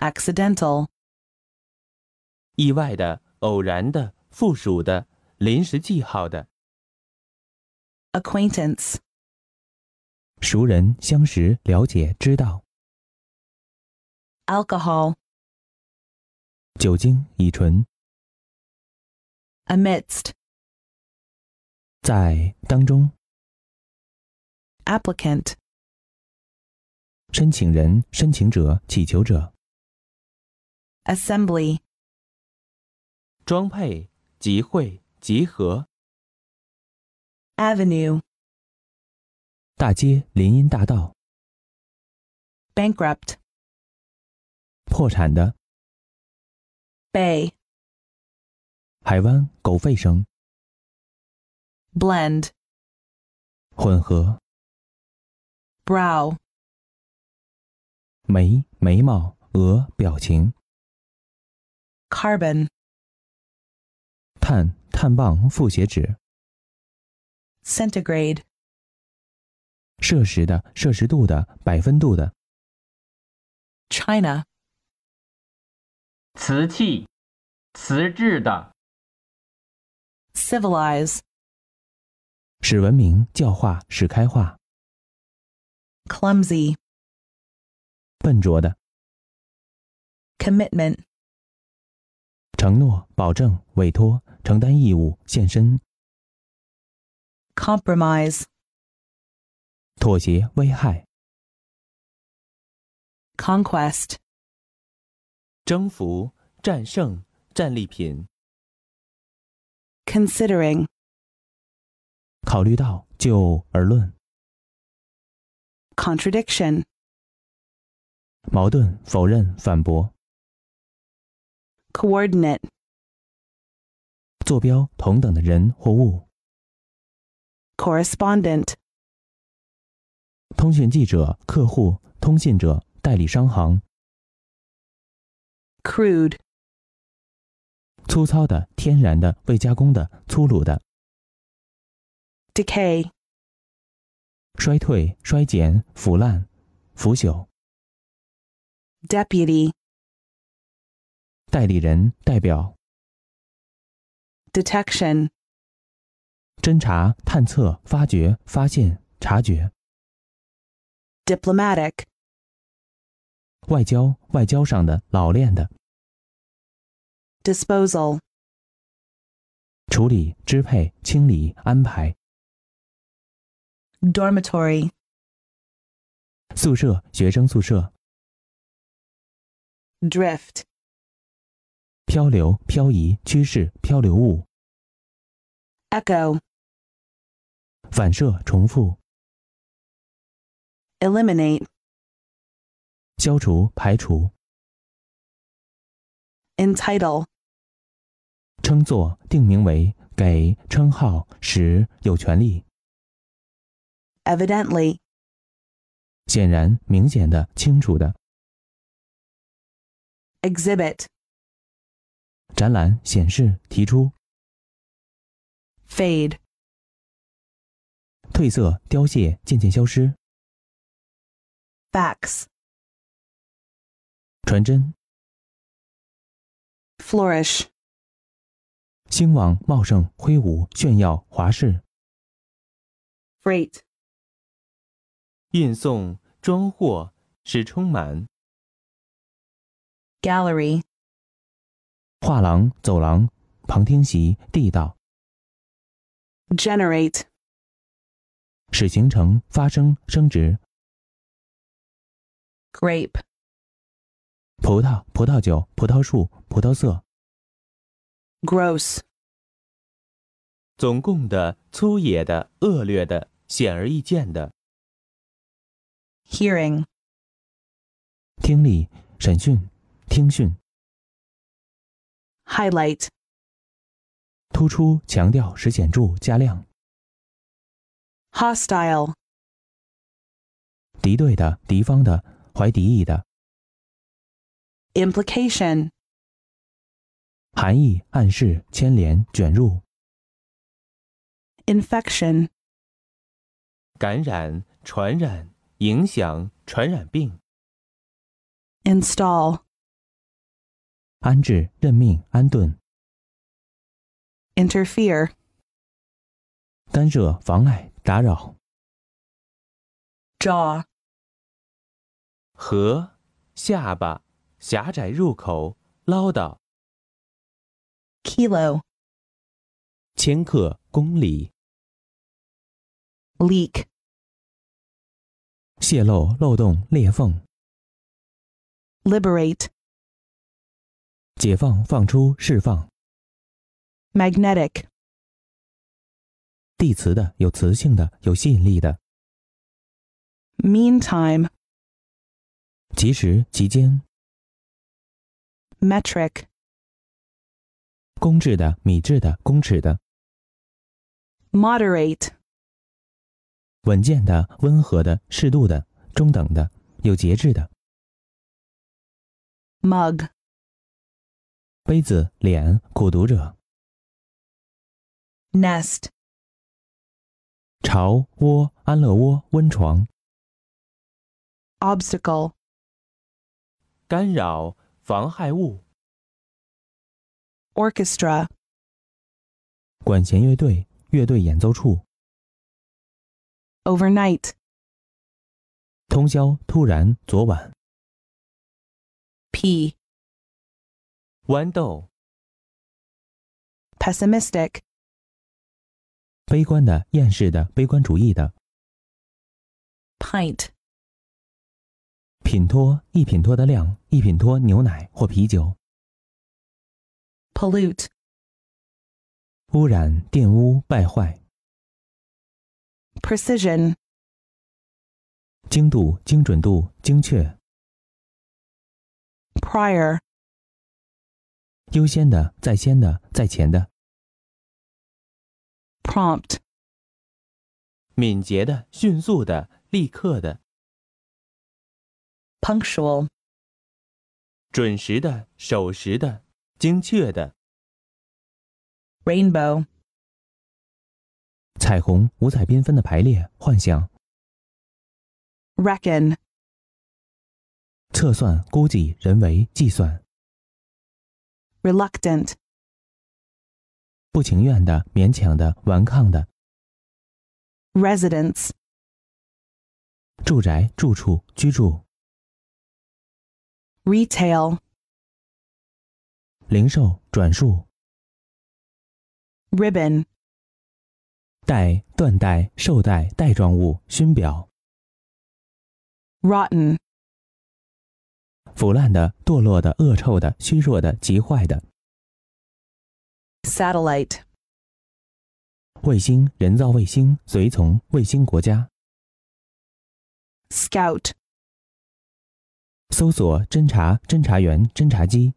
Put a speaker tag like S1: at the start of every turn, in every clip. S1: accidental,
S2: 意外的、偶然的、附属的、临时记号的。
S1: acquaintance,
S2: 熟人、相识、了解、知道。
S1: alcohol,
S2: 酒精、乙醇，
S1: amidst,
S2: 在当中。
S1: applicant,
S2: 申请人、申请者、祈求者。
S1: assembly,
S2: 装配、集会、集合。
S1: avenue,
S2: 大街、林荫大道。
S1: bankrupt,
S2: 破产的。
S1: bay,
S2: 海湾、狗吠声。
S1: blend,
S2: 混合。
S1: brow,
S2: 眉、眉毛、额、表情。
S1: carbon,
S2: 碳、碳棒、复写纸。
S1: centigrade,
S2: 摄氏的、摄氏度的、百分度的。
S1: china,
S3: 瓷器、瓷质的、
S1: civilize,
S2: 使文明、教化、使开化。
S1: clumsy,
S2: 笨拙的。
S1: commitment,
S2: 承诺、保证、委托、承担义务、献身、
S1: compromise,
S2: 妥协、危害、
S1: conquest,
S2: 征服、战胜、战利品。
S1: considering,
S2: 考虑到，就而论，
S1: contradiction,
S2: 矛盾、否认、反驳，
S1: coordinate,
S2: 坐标同等的人或物。
S1: correspondent,
S2: 通讯记者、客户、通信者、代理商行，
S1: crude,
S2: 粗糙的、天然的、未加工的、粗鲁的，
S1: decay,
S2: 衰退、衰减、腐烂、腐朽。
S1: deputy,
S2: 代理人、代表、
S1: detection,
S2: 侦查、探测、发掘、发现、察觉。
S1: diplomatic,
S2: 外交、外交上的、老练的。
S1: disposal,
S2: 处理、支配、清理、安排、
S1: dormitory,
S2: 宿舍、学生宿舍、
S1: drift,
S2: 漂流、漂移、趋势、漂流物、
S1: echo,
S2: 反射、重复、
S1: eliminate,
S2: 消除、排除、
S1: entitle,
S2: 称作、定名为、给、称号、使、有权利、
S1: evidently,
S2: 显然、明显的、清楚的、
S1: exhibit,
S2: 展览、显示、提出、
S1: fade,
S2: 褪色、凋谢、渐渐消失、
S1: fax,
S2: 传真、
S1: flourish,
S2: 兴旺、茂盛、挥舞、炫耀、华饰、
S1: freight,
S2: 运送、装货、使充满。
S1: gallery,
S2: 画廊、走廊、旁听席、地道，
S1: generate,
S2: 使形成、发生、生殖。
S1: grape,
S2: 葡萄、葡萄酒、葡萄树、葡萄色。
S1: gross,
S2: 总共的、粗野的、恶劣的、显而易见的。
S1: hearing,
S2: 听力、审讯、听讯、
S1: highlight,
S2: 突出、强调、使显著、加亮、
S1: hostile,
S2: 敌对的、敌方的、怀敌意的、
S1: implication,
S2: 含义、暗示、牵连、卷入、
S1: infection,
S2: 感染、传染、影响、传染病、
S1: install,
S2: 安置、任命、安顿、
S1: interfere,
S2: 干涉、妨碍、打扰。
S1: jaw,
S2: 和下巴、狭窄入口、唠叨、
S1: kilo,
S2: 千克、公里、
S1: leak,
S2: 泄漏、漏洞、裂缝、
S1: liberate,
S2: 解放、放出、释放。
S1: magnetic,
S2: 地磁的、有磁性的、有吸引力的。
S1: meantime,
S2: 及时、期间、
S1: metric,
S2: 公制的、米制的、公尺的、
S1: moderate,
S2: 稳健的、温和的、适度的、中等的、有节制的。
S1: mug,
S2: 杯子、脸、苦读者、
S1: nest,
S2: 巢窝、安乐窝、温床。
S1: obstacle,
S2: 干扰、妨害物。
S1: orchestra,
S2: 管弦乐队、乐队演奏处。
S1: overnight,
S2: 通宵、突然、昨晚。
S1: p,
S2: 豌豆。
S1: pessimistic,
S2: 悲观的、厌世的、悲观主义的。
S1: pint,
S2: 品托一品托的量，一品托牛奶或啤酒。
S1: pollute,
S2: 污染、玷污、败坏。
S1: precision,
S2: 精度、精准度、精确。
S1: prior,
S2: 优先的、在先的、在前的。
S1: prompt,
S2: 敏捷的、迅速的、立刻的、
S1: punctual,
S2: 准时的、守时的、精确的。
S1: rainbow,
S2: 彩虹五彩缤纷的排列、幻想、
S1: reckon,
S2: 测算、估计、人为计算。
S1: reluctant,
S2: 不情愿的、勉强的、顽抗的。
S1: residence,
S2: 住宅、住处、居住、
S1: retail,
S2: 零售、转述、
S1: ribbon,
S2: 带、缎带、绶带、带状物、勋表。
S1: rotten,
S2: 腐烂的、堕落的、恶臭的、虚弱的、极坏的，
S1: satellite,
S2: 卫星、人造卫星、随从、卫星国家，
S1: scout,
S2: 搜索、侦查、侦查员、侦察机，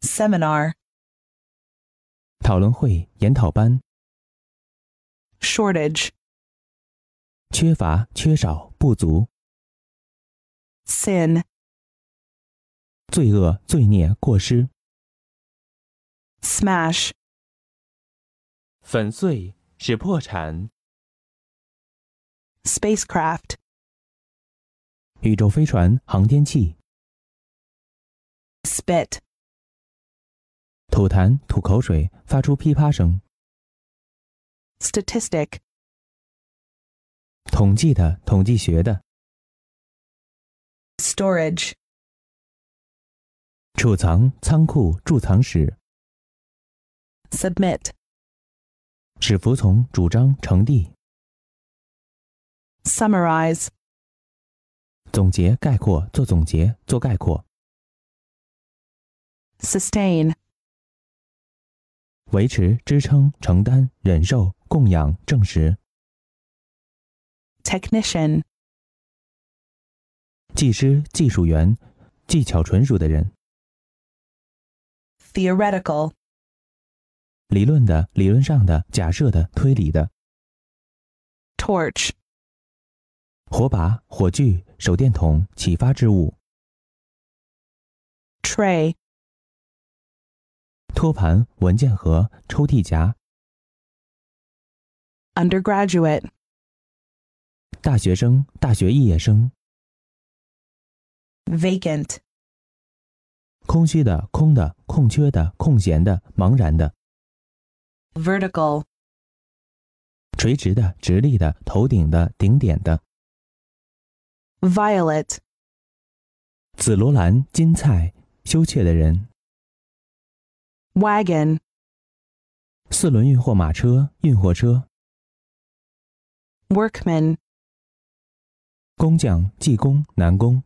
S1: seminar,
S2: 讨论会、研讨班，
S1: shortage,
S2: 缺乏、缺少、不足，
S1: sin,
S2: 罪恶、罪孽、过失，
S1: smash,
S2: 粉碎、使破产，
S1: spacecraft,
S2: 宇宙飞船、航天器，
S1: spit,
S2: 吐痰、吐口水，发出噼啪声，
S1: statistic,
S2: 统计的、统计学的，
S1: storage,
S2: 储藏、仓库、贮藏室，
S1: submit,
S2: 使服从、主张、呈递。
S1: summarize,
S2: 总结、概括、做总结、做概括，
S1: sustain,
S2: 维持、支撑、承担、忍受、供养、证实、
S1: technician,
S2: 技师、技术员、技巧纯熟的人，
S1: theoretical,
S2: 理论的、理论上的、假设的、推理的，
S1: torch,
S2: 火把、火炬、手电筒、启发之物、
S1: tray,
S2: 托盘、文件盒、抽屉夹、
S1: undergraduate,
S2: 大学生、大学毕业生、
S1: vacant,
S2: 空虚的、空的、空缺的、空闲的、茫然的；
S1: vertical,
S2: 垂直的、直立的、头顶的、顶点的。
S1: violet,
S2: 紫罗兰、金菜，羞怯的人；
S1: wagon,
S2: 四轮运货马车、运货车；
S1: workman,
S2: 工匠、技工、男工；